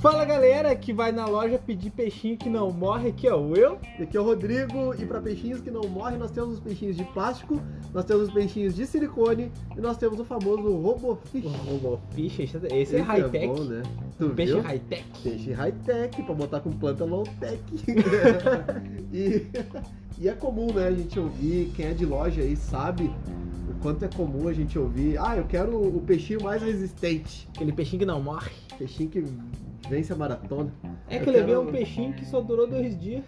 Fala galera que vai na loja pedir peixinho que não morre, aqui é o eu. E aqui é o Rodrigo, e para peixinhos que não morrem, nós temos os peixinhos de plástico, nós temos os peixinhos de silicone e nós temos o famoso Robofish. O Robofish, esse, esse é high-tech. Um bom, né? Tu Peixe viu? high-tech. Peixe high-tech, pra botar com planta low-tech. e, e é comum, né, a gente ouvir, quem é de loja aí sabe o quanto é comum a gente ouvir, ah, eu quero o peixinho mais resistente, Aquele peixinho que não morre. peixinho que vence a maratona, É Eu que eu levei quero- um peixinho que só durou dois dias.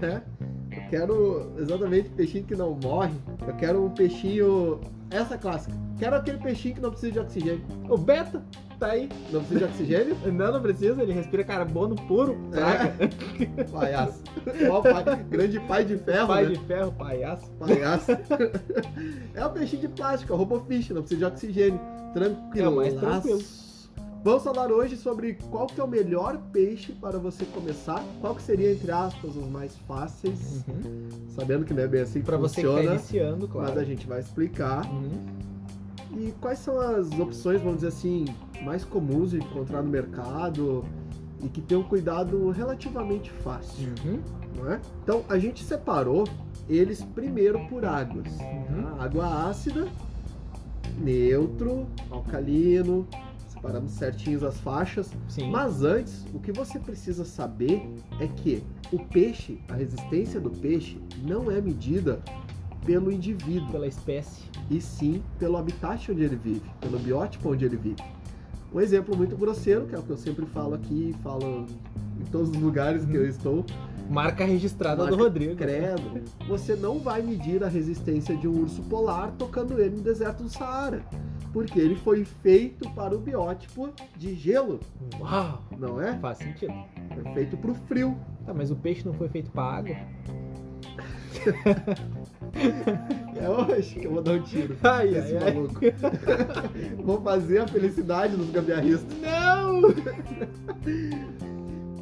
né? É. Eu quero exatamente o peixinho que não morre, eu quero um peixinho, essa clássica, quero aquele peixinho que não precisa de oxigênio. O Beta tá aí. Não precisa de oxigênio? Não, não precisa, ele respira carbono puro. Fraca. É. Palhaço. Ó, pai- grande pai de ferro, Pai né? de ferro, palhaço. Palhaço. é um peixinho de plástico, é um robofish, não precisa de oxigênio. Tranquilo. É o mais tranquilo. Vamos falar hoje sobre qual que é o melhor peixe para você começar, qual que seria, entre aspas, os mais fáceis, sabendo que não é bem assim que Uhum. Pra você que tá funciona, iniciando, mas claro. a gente vai explicar. Uhum. E quais são as opções, vamos dizer assim, mais comuns de encontrar no mercado e que tem um cuidado relativamente fácil, Uhum. não é? Então, a gente separou eles primeiro por águas. Uhum. Ah, Água ácida, neutro, alcalino, separamos certinhos as faixas. Sim. Ah. Mas antes, o que você precisa saber é que o peixe, a resistência do peixe, não é medida pelo indivíduo, Pela espécie. e sim pelo habitat onde ele vive, pelo biótipo onde ele vive. Um exemplo muito grosseiro, que é o que eu sempre falo aqui, falo em todos os lugares que eu estou, Marca registrada do Marca- Rodrigo. Credo, você não vai medir a resistência de um urso polar tocando ele no deserto do Saara, porque ele foi feito para o biótipo de gelo, Uau! não é? Faz sentido. É feito para o frio. Tá, mas o peixe não foi feito pra água? É hoje que eu vou dar um tiro. Ai, Esse maluco. vou fazer a felicidade dos gambiarristas. Não!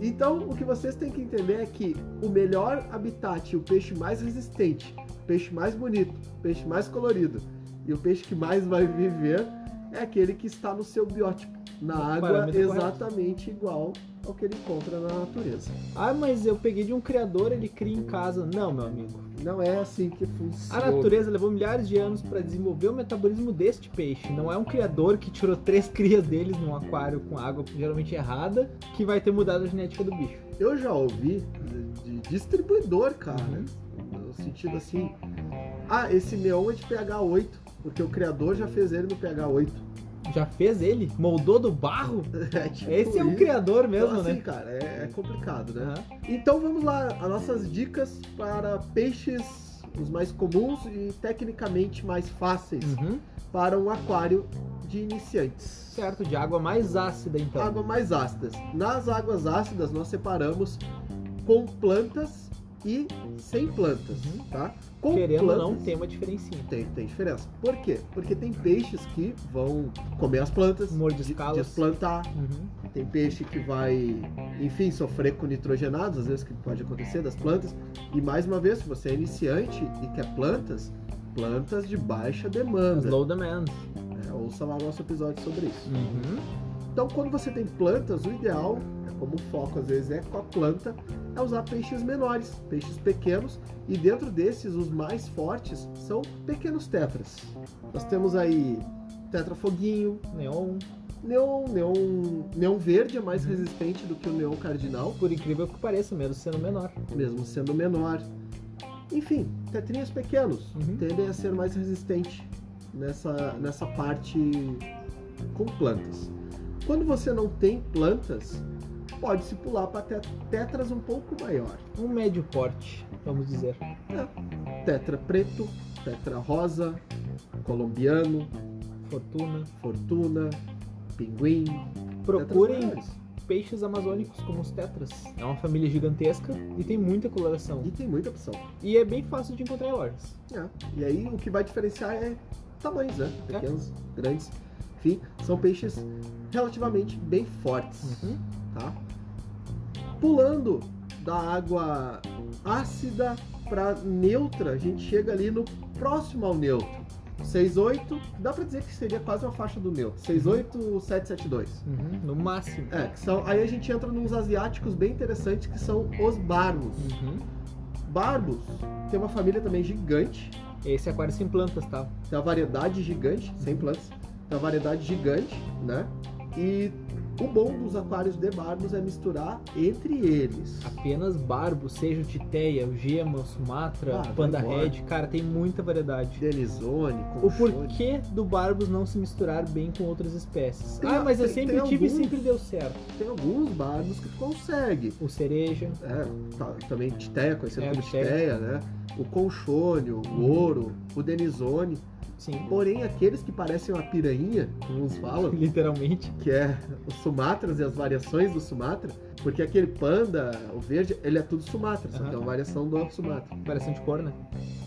Então, o que vocês têm que entender é que o melhor habitat, o peixe mais resistente, o peixe mais bonito, o peixe mais colorido e o peixe que mais vai viver é aquele que está no seu biótipo, na água parâmetro correto. exatamente igual ao que ele encontra na natureza. Ah, mas eu peguei de um criador, ele cria em casa. Não, meu amigo. Não é assim que A funciona. natureza levou milhares de anos pra desenvolver o metabolismo deste peixe. Não é um criador que tirou três crias deles num aquário com água geralmente errada que vai ter mudado a genética do bicho. Eu já ouvi de- de distribuidor, cara, Uhum. no sentido assim, ah, esse neon é de pH 8, porque o criador já fez ele no pH 8. Já fez ele? Moldou do barro? É tipo Esse é um isso. criador Então, mesmo, assim, né? cara, é, é complicado, né? Aham. Então vamos lá, as nossas dicas para peixes os mais comuns e tecnicamente mais fáceis Uhum. para um aquário de iniciantes. Certo, de água mais ácida então. Água mais ácidas. Nas águas ácidas nós separamos com plantas e sem plantas, Uhum. tá? Com Querendo ou plantas, não, tem uma diferencinha. tem, tem diferença. Por quê? Porque tem peixes que vão comer as plantas, Mordiscá-las. desplantar, Uhum. Tem peixe que vai, enfim, sofrer com nitrogenados, às vezes que pode acontecer das plantas. E mais uma vez, se você é iniciante e quer plantas, plantas de baixa demanda. Slow demand. É, ouça lá o nosso episódio sobre isso. Uhum. Então, quando você tem plantas, o ideal, é como o foco às vezes é com a planta, é usar peixes menores, peixes pequenos. E dentro desses, os mais fortes são pequenos tetras. Nós temos aí tetrafoguinho, Neon. Neon, neon, neon verde é mais Uhum. resistente do que o neon cardinal, Por incrível que pareça, mesmo sendo menor. mesmo sendo menor. Enfim, tetrinhos pequenos Uhum. tendem a ser mais resistentes nessa, nessa parte com plantas. Quando você não tem plantas, pode-se pular para tetras um pouco maior. Um médio porte, vamos dizer. Tetra preto, tetra rosa, colombiano, Fortuna. fortuna, pinguim. tetras é. Procurem maiores. peixes amazônicos como os tetras. É uma família gigantesca e tem muita coloração. E tem muita opção. E é bem fácil de encontrar em lojas. É, E aí o que vai diferenciar é tamanhos, né? É. Pequenos, grandes, enfim, são peixes relativamente bem fortes, Uhum. tá? Pulando da água ácida para neutra, a gente chega ali no próximo ao neutro, 6,8, dá pra dizer que seria quase uma faixa do meu. 6,8, 772. Uhum, no máximo. É, que são, aí a gente entra nos asiáticos bem interessantes que são os barbos. Uhum. Barbos tem uma família também gigante, Esse é aquário sem plantas, tá? tem uma variedade gigante, sem plantas, tem uma variedade gigante, né? E o bom dos aquários de barbos é misturar entre eles. Apenas barbo, seja o titeia, o gema, o sumatra, Ah, o vai panda embora. red, cara, tem muita variedade. Delisone, O porquê do Barbos não se misturar bem com outras espécies? Tem- ah, mas eu tem- sempre tem tive e alguns. sempre deu certo. Tem alguns barbos que tu consegue. O cereja, É, tá- também Titeia, conhecido É, como Titeia. Titeia, né? O Colchônio, o Uhum. Ouro, o Denisone. sim, Porém, aqueles que parecem uma piranha, como uns falam, literalmente. que é os Sumatras e as variações do Sumatra, porque aquele panda, o verde, ele é tudo Sumatra, só Aham. que é uma variação do Sumatra. Variação de cor, né?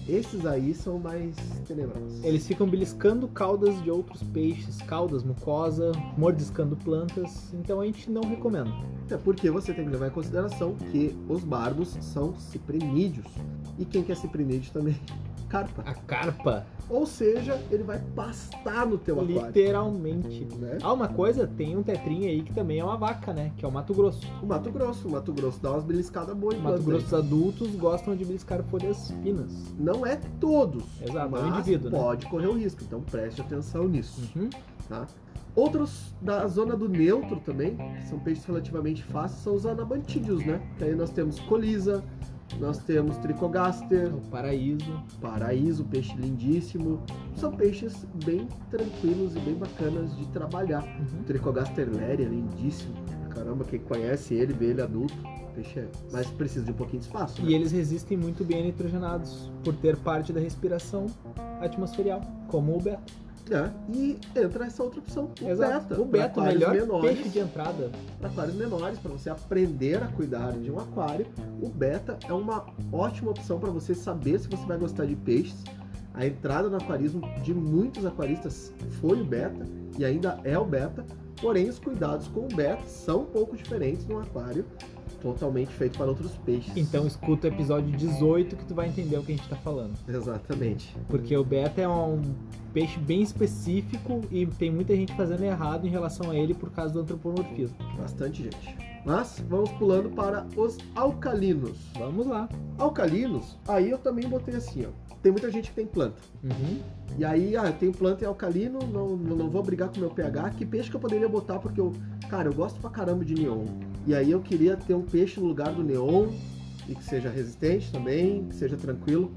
Esses aí são mais tenebrosos. Eles ficam beliscando caudas de outros peixes, caudas, mucosa, mordiscando plantas. Então a gente não recomenda. É porque você tem que levar em consideração que os barbos são ciprinídeos. E quem que é ciprinídeo também? Carpa. A carpa, Ou seja, ele vai pastar no teu aquário. literalmente. Né? Ah, uma coisa, tem um tetrinho aí que também é uma vaca, né? Que é o Mato Grosso. O Mato Grosso, o Mato Grosso dá umas beliscadas boas em Mato planta, Grosso adultos gostam de beliscar folhas finas. hein? Não é todos, Exato, é um mas indivíduo, né? pode correr o risco, então preste atenção nisso. Uhum. tá? Outros da zona do neutro também, que são peixes relativamente fáceis, são os anamantídeos, né? Que aí nós temos colisa, nós temos tricogaster, É O paraíso. paraíso, peixe lindíssimo. São peixes bem tranquilos e bem bacanas de trabalhar. Uhum. O tricogaster leria, lindíssimo. Caramba, quem conhece ele, vê ele adulto, peixe é... Mas precisa de um pouquinho de espaço, né? E eles resistem muito bem a nitrogenados, por ter parte da respiração atmosferial, como o beta. É, E entra essa outra opção, o beta. O beta, o Aquários melhor menores. peixe de entrada. para aquários menores, para você aprender a cuidar de um aquário, o beta é uma ótima opção para você saber se você vai gostar de peixes. A entrada no aquarismo de muitos aquaristas foi o beta e ainda é o beta, porém os cuidados com o beta são um pouco diferentes num aquário totalmente feito para outros peixes. Então escuta o episódio 18 que tu vai entender o que a gente tá falando. Exatamente. Porque o beta é um peixe bem específico e tem muita gente fazendo errado em relação a ele por causa do antropomorfismo. Bastante gente. Mas vamos pulando para os alcalinos. Vamos lá. Alcalinos, aí eu também botei assim, ó. Tem muita gente que tem planta. Uhum. E aí, ah, eu tenho planta e alcalino, não, não não vou brigar com meu pH. Que peixe que eu poderia botar? Porque eu, cara, eu gosto pra caramba de neon. E aí eu queria ter um peixe no lugar do neon e que seja resistente também, que seja tranquilo.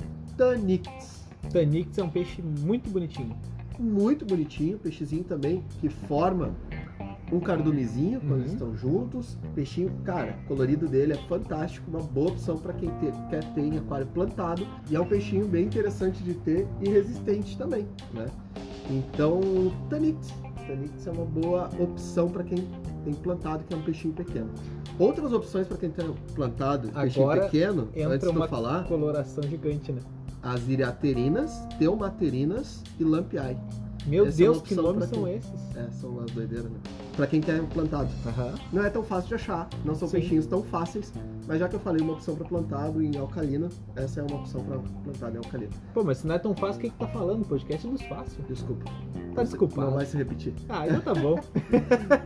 Tanix. Tanix é um peixe muito bonitinho. Muito bonitinho, peixezinho também, que forma um cardumezinho quando Uhum. eles estão juntos. Peixinho, cara, o colorido dele é fantástico, uma boa opção pra quem te- quer ter em aquário plantado. E é um peixinho bem interessante de ter e resistente também, né? Então, Tanix. Tanix é uma boa opção para quem tem plantado, que é um peixinho pequeno. Outras opções para quem tem plantado peixinho Agora pequeno, entra antes de uma- eu falar, Coloração gigante, né? as iriaterinas, teomaterinas e lampiai. Meu Essa é Deus, uma que opção nomes pra são quem- esses? É, são as doideiras, né? Pra quem quer plantado. Aham. Não é tão fácil de achar, não são Sim. peixinhos tão fáceis, mas já que eu falei uma opção para plantado em alcalina, essa é uma opção para plantado em alcalina. Pô, mas se não é tão fácil, o que, que tá falando? Podcast dos fácil. Desculpa. Tá desculpado. Não vai se repetir. Ah, então tá bom.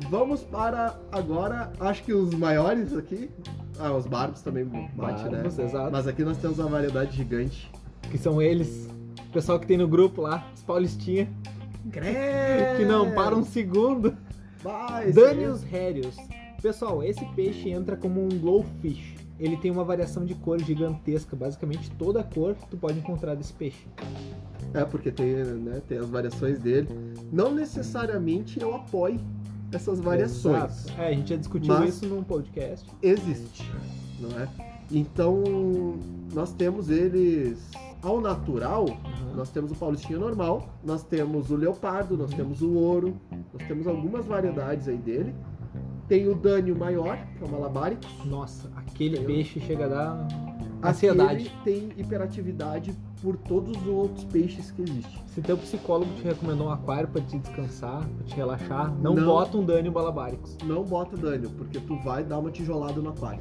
Vamos para agora, acho que os maiores aqui. Ah, os barbos também bate, né? Barbos, exato. Mas aqui nós temos uma variedade gigante. Que são eles. O pessoal que tem no grupo lá, os paulistinha, que É. não para um segundo. Vai, Danius Herius. Pessoal, esse peixe entra como um glowfish. Ele tem uma variação de cor gigantesca, basicamente toda a cor que tu pode encontrar desse peixe. É, porque tem, né, tem as variações dele. Não necessariamente eu apoio essas variações. Exato. É, a gente já discutiu Mas- isso num podcast. existe, não é? Então, nós temos eles ao natural, Aham. nós temos o paulistinho normal, nós temos o leopardo, nós Uhum. temos o ouro, nós temos algumas variedades aí dele. Tem o dânio maior, que é o malabárico. Nossa, aquele Eu- peixe chega a dar ansiedade. Aquele tem hiperatividade por todos os outros peixes que existem. Se teu psicólogo te recomendou um aquário pra te descansar, pra te relaxar, não, Não. bota um Daniel Balabaricus. Não bota dânio, porque tu vai dar uma tijolada no aquário.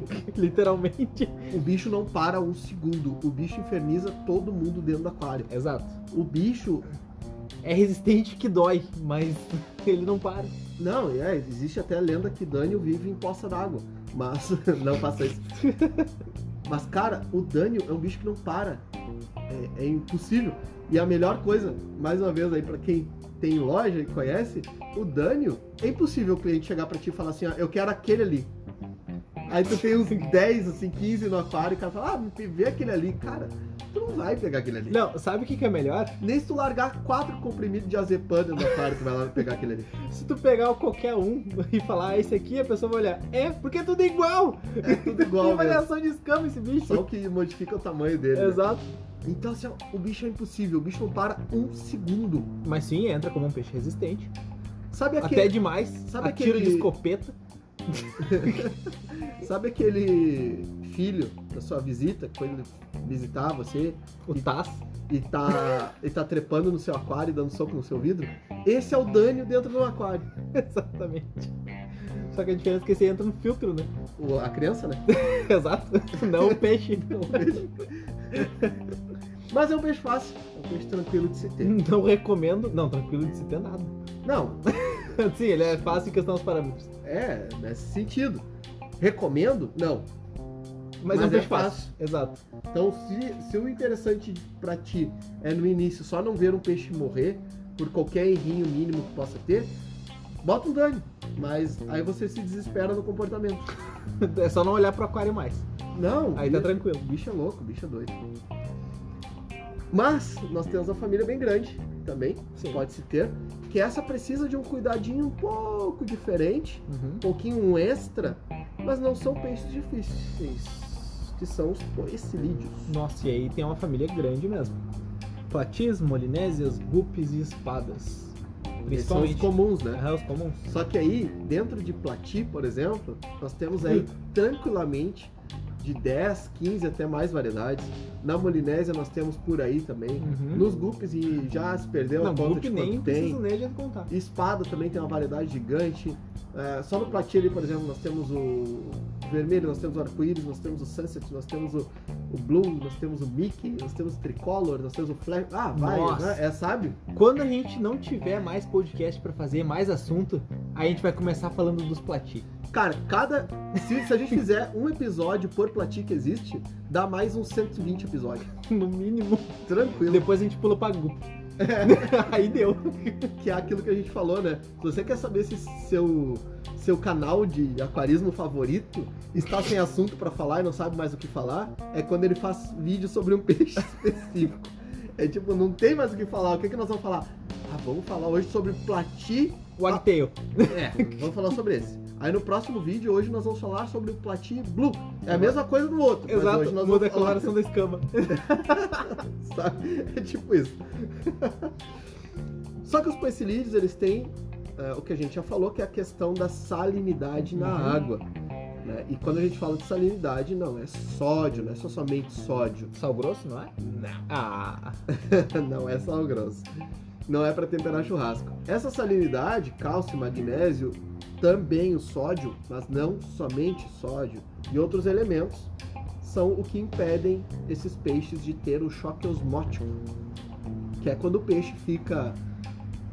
Literalmente. O bicho não para um segundo. O bicho inferniza todo mundo dentro do aquário. Exato. O bicho. É resistente que dói, mas ele não para. Não, é, existe até a lenda que Daniel vive em poça d'água. Mas não faça isso. Mas, cara, o Daniel é um bicho que não para. É, é impossível. E a melhor coisa, mais uma vez aí, pra quem tem loja e conhece, o Daniel, é impossível o cliente chegar pra ti e falar assim, ó, eu quero aquele ali. Aí tu tem uns 10, assim, 15 no aquário e o cara fala, ah, me vê aquele ali. Cara, tu não vai pegar aquele ali. Não, sabe o que, que é melhor? Nem se tu largar quatro comprimidos de azepana no aquário, tu vai lá pegar aquele ali. Se tu pegar o qualquer um e falar "Ah, esse aqui, a pessoa vai olhar. É, porque é tudo igual. É tudo Tem igual, mesmo. variação de escama esse bicho. Só o que modifica o tamanho dele. né? Exato. Então, assim, ó, o bicho é impossível. O bicho não para um segundo. Mas sim, entra como um peixe resistente. Sabe Até aquele, demais. É Sabe Atira aquele- de escopeta. sabe aquele filho da sua visita, quando ele visitar você O Taz. e tá, e tá trepando no seu aquário e dando soco no seu vidro? Esse é o Dânio dentro do aquário. Exatamente. Só que a diferença é que esse entra no filtro, né? O- a criança, né? Exato. Não o peixe. Mas é um peixe fácil, é um peixe tranquilo de se ter. Não recomendo. Não, tranquilo de se ter nada. Não, Sim, ele é fácil em questão dos parâmetros. é nesse sentido. Recomendo? Não. Mas, é um Mas é peixe fácil. fácil. Exato. Então, se, se o interessante pra ti é no início só não ver um peixe morrer, por qualquer errinho mínimo que possa ter, bota um dano. Mas aí você se desespera no comportamento. É só não olhar pro aquário mais. Não, Aí tá bicho- tranquilo. O bicho é louco, o bicho é doido. Mas nós temos uma família bem grande também, Sim. pode-se ter, que essa precisa de um cuidadinho um pouco diferente, Uhum. um pouquinho extra, mas não são peixes difíceis, que são os poecilídeos. Nossa, e aí tem uma família grande mesmo. Platis, molinésias, guppies e espadas. Eles São os Principalmente. comuns, né? É, os comuns. Só que aí, dentro de Plati, por exemplo, nós temos aí tranquilamente de 10, 15 até mais variedades. Na Molinésia nós temos por aí também. Uhum. Nos grupos e já se perdeu Não, a conta guppy de nem quanto preciso tem. nem adianta contar. Espada também tem uma variedade gigante. É, só no Plati ali, por exemplo, nós temos o vermelho, nós temos o arco-íris, nós temos o sunset, nós temos o, o blue, nós temos o Mickey, nós temos o tricolor, nós temos o flash. Ah, vai, Nossa. né? é sábio? Quando a gente não tiver mais podcast pra fazer, mais assunto, a gente vai começar falando dos plati. Cara, cada. Se, se a gente fizer um episódio por Plati que existe, dá mais uns 120 episódios. No mínimo. Tranquilo. Depois a gente pula pra guppy. aí deu. Que é aquilo que a gente falou, né? Se você quer saber se seu, seu canal de aquarismo favorito está sem assunto pra falar e não sabe mais o que falar, é quando ele faz vídeo sobre um peixe específico. É tipo, não tem mais o que falar. O que, que nós vamos falar? Ah, vamos falar hoje sobre Plati Wagtail. É, vamos falar sobre esse. Aí no próximo vídeo, hoje nós vamos falar sobre o Platin Blue. É a mesma coisa do outro. mas Exato. hoje nós Muda a vamos falar- coloração da escama. Sabe? É tipo isso. Só que os poecilídeos, eles têm é, o que a gente já falou, que é a questão da salinidade na Uhum. água. né? E quando a gente fala de salinidade, não é sódio, não é só somente sódio. Sal grosso, não é? Não. Ah. não é sal grosso. Não é para temperar churrasco. Essa salinidade, cálcio, magnésio, também o sódio, mas não somente sódio, e outros elementos são o que impedem esses peixes de ter o choque osmótico, que é quando o peixe fica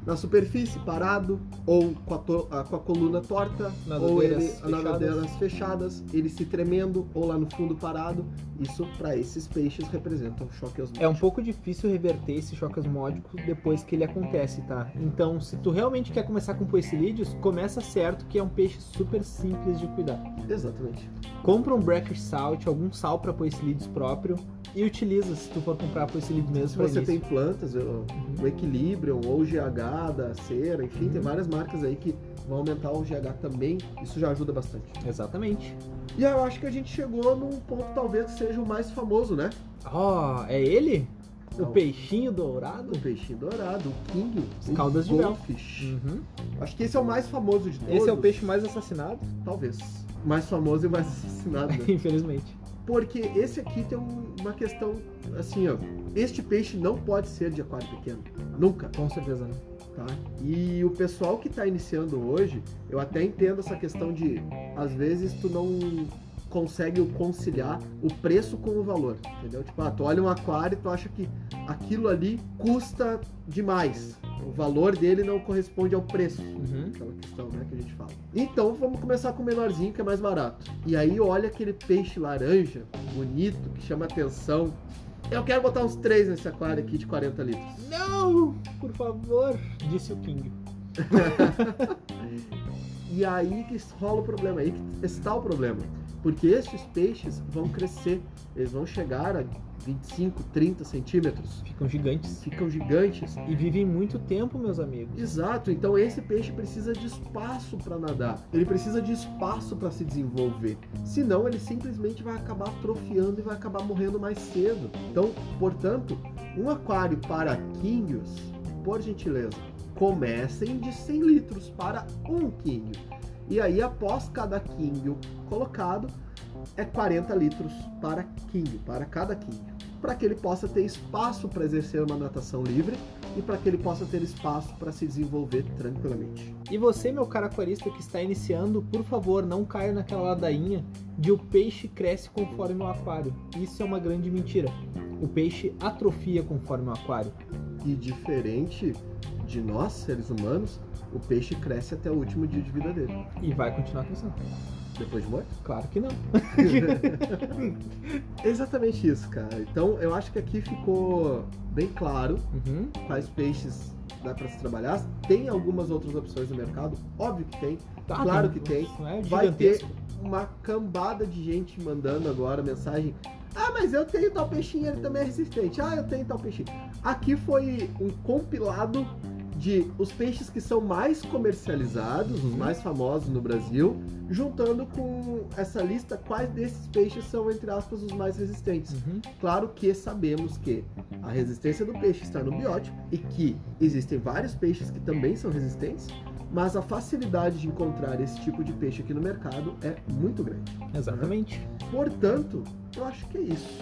na superfície parado ou com a, to- a- com a coluna torta ou Nadadeiras ele fechadas. nadadeiras fechadas, ele se tremendo ou lá no fundo parado. Isso para esses peixes representa um choque osmótico. É um pouco difícil reverter esse choque osmótico depois que ele acontece, tá? Então, se tu realmente quer começar com poecilídeos, começa certo que é um peixe super simples de cuidar. Exatamente. Compra um bracket salt, algum sal para poecilídeos próprio e utiliza se tu for comprar poecilídeo mesmo Se pra você tem início. plantas, o o Equilibrium ou o GH da cera, enfim, Uhum. tem várias marcas aí que vão aumentar o GH também. Isso já ajuda bastante. Exatamente. E aí eu acho que a gente chegou num ponto talvez que seja o mais famoso, né? Ó, é ele? Não. O peixinho dourado? O peixinho dourado, o king, Os o caudas de mel. goldfish. Uhum. Acho que esse é o mais famoso de todos. Esse é o peixe mais assassinado, Talvez. Mais famoso e mais assassinado, né? infelizmente. Porque esse aqui tem um- uma questão assim, ó. Este peixe não pode ser de aquário pequeno. Nunca. Com certeza né? não. tá? E o pessoal tá que está iniciando hoje, eu até entendo essa questão de às vezes tu não consegue conciliar o preço com o valor, entendeu? Tipo, ah, tu olha um aquário e tu acha que aquilo ali custa demais. O valor dele não corresponde ao preço Uhum. aquela questão né, que a gente fala. Então vamos começar com o menorzinho que é mais barato. E aí olha aquele peixe laranja, bonito, que chama atenção. Eu quero botar uns três nesse aquário aqui de 40 litros. Não, por favor, disse o King. E é aí que rola o problema, é aí que está o problema. Porque estes peixes vão crescer, eles vão chegar a 25, 30 centímetros, Ficam gigantes. ficam gigantes. E vivem muito tempo, meus amigos. Exato, então esse peixe precisa de espaço para nadar, ele precisa de espaço para se desenvolver, senão ele simplesmente vai acabar atrofiando e vai acabar morrendo mais cedo. Então, portanto, um aquário para quinhos, por gentileza, comecem de 100 litros para um quinho, e aí após cada quinho colocado, é 40 litros para quinho, para cada quinho, para que ele possa ter espaço para exercer uma natação livre e para que ele possa ter espaço para se desenvolver tranquilamente. E você, meu caro aquarista que está iniciando, por favor, não caia naquela ladainha de o peixe cresce conforme o aquário. Isso é uma grande mentira. O peixe atrofia conforme o aquário. E diferente de nós, seres humanos, o peixe cresce até o último dia de vida dele, E vai continuar crescendo. depois de morto. Claro que não. Exatamente isso, cara. Então eu acho que aqui ficou bem claro Uhum. quais peixes dá para se trabalhar. Tem algumas outras opções no mercado, óbvio que tem. Tá, Claro que Ah, tem. né? Não é Vai ter gigantesco. uma cambada de gente mandando agora mensagem. Ah, mas eu tenho tal peixinho, ele também é resistente. Ah, eu tenho tal peixinho. Aqui foi um compilado de os peixes que são mais comercializados, Uhum. os mais famosos no Brasil, juntando com essa lista quais desses peixes são, entre aspas, os mais resistentes. Uhum. Claro que sabemos que a resistência do peixe está no biótipo e que existem vários peixes que também são resistentes, mas a facilidade de encontrar esse tipo de peixe aqui no mercado é muito grande. Exatamente. Portanto, eu acho que é isso.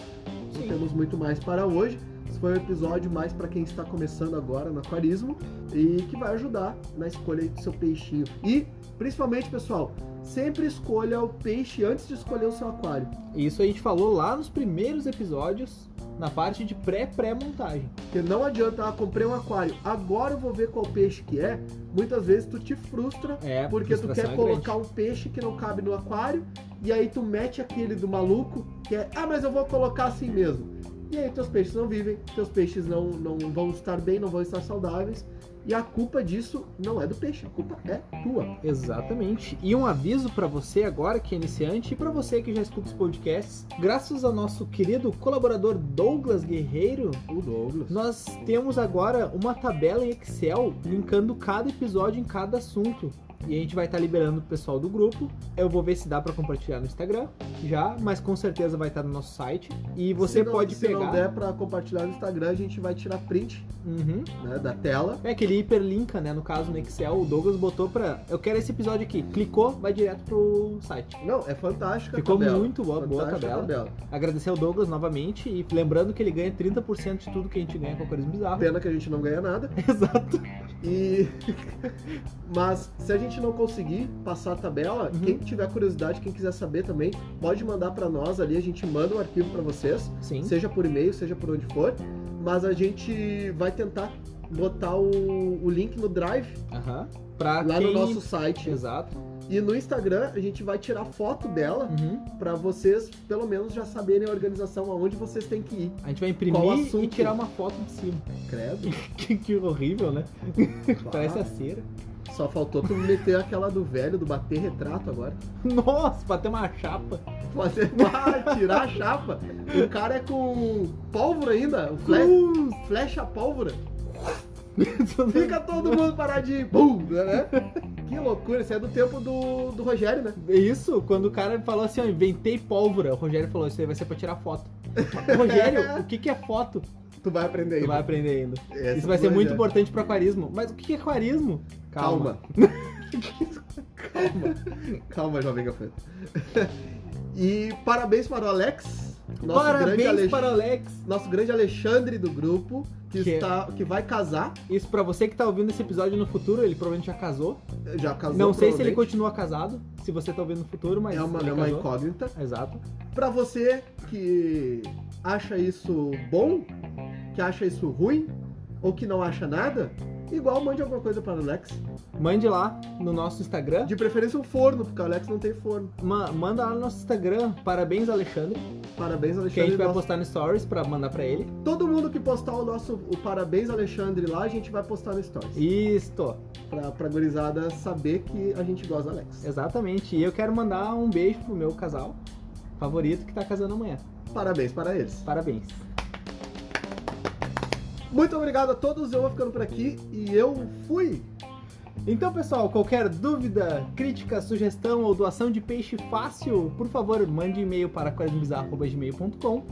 Não Sim. temos muito mais para hoje. Esse foi um episódio mais para quem está começando agora no aquarismo e que vai ajudar na escolha aí do seu peixinho. E, principalmente, pessoal, sempre escolha o peixe antes de escolher o seu aquário. E Isso a gente falou lá nos primeiros episódios, na parte de pré-pré-montagem. Porque não adianta, ah, comprei um aquário, agora eu vou ver qual peixe que é. Muitas vezes tu te frustra É, a porque tu frustração quer é colocar um peixe que não cabe no aquário, e aí tu mete aquele do maluco, que é, ah, mas eu vou colocar assim mesmo. E aí teus peixes não vivem, teus peixes não, não vão estar bem, não vão estar saudáveis. E a culpa disso não é do peixe, a culpa é tua. grande. Exatamente. E um aviso pra você agora que é iniciante e pra você que já escuta os podcasts, graças ao nosso querido colaborador Douglas Guerreiro, O Douglas. nós temos agora uma tabela em Excel linkando cada episódio em cada assunto. E a gente vai estar liberando o pessoal do grupo. Eu vou ver se dá pra compartilhar no Instagram já, mas com certeza vai estar no nosso site. E você se não, pode se pegar. não der pra compartilhar no Instagram, a gente vai tirar print Uhum. né, da tela. É que ele hiperlinka, né? No caso, no Excel, o Douglas botou pra. Eu quero esse episódio aqui. Clicou, vai direto pro site. Não, é fantástica a Ficou tabela. muito boa, boa a Fantástica tabela. tabela. Agradecer ao Douglas novamente e lembrando que ele ganha 30% de tudo que a gente ganha com o Corismo Bizarro. Pena que a gente não ganha nada. Exato. E mas se a gente não conseguir passar a tabela, Uhum. quem tiver curiosidade, quem quiser saber também, pode mandar pra nós ali, a gente manda um arquivo pra vocês, Sim. seja por e-mail, seja por onde for, mas a gente vai tentar botar o, o link no Drive Aham. Pra lá quem... no nosso Uhum. site Exato. e no Instagram a gente vai tirar foto dela Uhum. pra vocês pelo menos já saberem a organização aonde vocês têm que ir. A gente vai Qual imprimir assunto? e tirar uma foto de cima. Credo. que, que horrível, né? Parece a cera. Só faltou tu meter aquela do velho do bater retrato agora. Nossa, bateu uma chapa. Fazer ah, tirar a chapa. O cara é com pólvora ainda, o fle- Uh! flecha pólvora. Fica todo mundo paradinho, bum, né? Que loucura, isso é do tempo do, do Rogério, né? É Isso, quando o cara falou assim, ó, inventei pólvora, o Rogério falou, isso aí vai ser pra tirar foto. Rogério, o que, que é foto? Tu vai aprender Tu aí. vai aprender ainda. Essa Isso vai ser do muito Rogério. importante pro aquarismo. Mas o que é aquarismo? Calma. Calma. Calma, jovem gafeta. E parabéns para o Alex, Nosso grande Parabéns Ale- para o Alex. Nosso grande Alexandre do grupo, que, Que- é- está, que vai casar. Isso pra você que tá ouvindo esse episódio no futuro, ele provavelmente já casou. Já casou. não sei se ele provavelmente. continua casado, se você tá ouvindo no futuro, mas É uma, ele é uma casou. incógnita. Exato. Pra você que acha isso bom, que acha isso ruim, ou que não acha nada, igual mande alguma coisa para o Alex. Mande lá no nosso Instagram. De preferência um forno, porque o Alex não tem forno. Ma- manda lá no nosso Instagram. Parabéns, Alexandre. Parabéns, Que a Alexandre. gente vai Nosso- postar no Stories pra mandar pra ele. Todo mundo que postar o nosso o parabéns, Alexandre, lá, a gente vai postar no Stories. Isto. Pra, pra gurizada saber que a gente gosta do Alex. Exatamente. E eu quero mandar um beijo pro meu casal favorito que tá casando amanhã. Parabéns para eles. Parabéns. Muito obrigado a todos, eu vou ficando por aqui e eu fui! Então, pessoal, qualquer dúvida, crítica, sugestão ou doação de peixe fácil, por favor, mande e-mail para aquarismobizarro.com.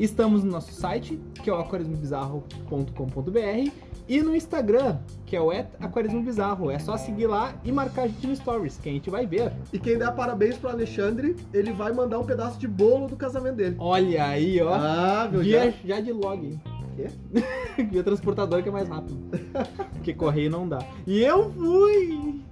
Estamos no nosso site, que é o aquarismobizarro.com.br, e no Instagram, que é o at aquarismobizarro. É só seguir lá e marcar a gente no Stories, que a gente vai ver. E quem der parabéns pro Alexandre, ele vai mandar um pedaço de bolo do casamento dele. Olha aí, ó. Ah, viu? Via Já? já de log, hein? Via transportador que é mais rápido. Porque correio não dá. E eu fui!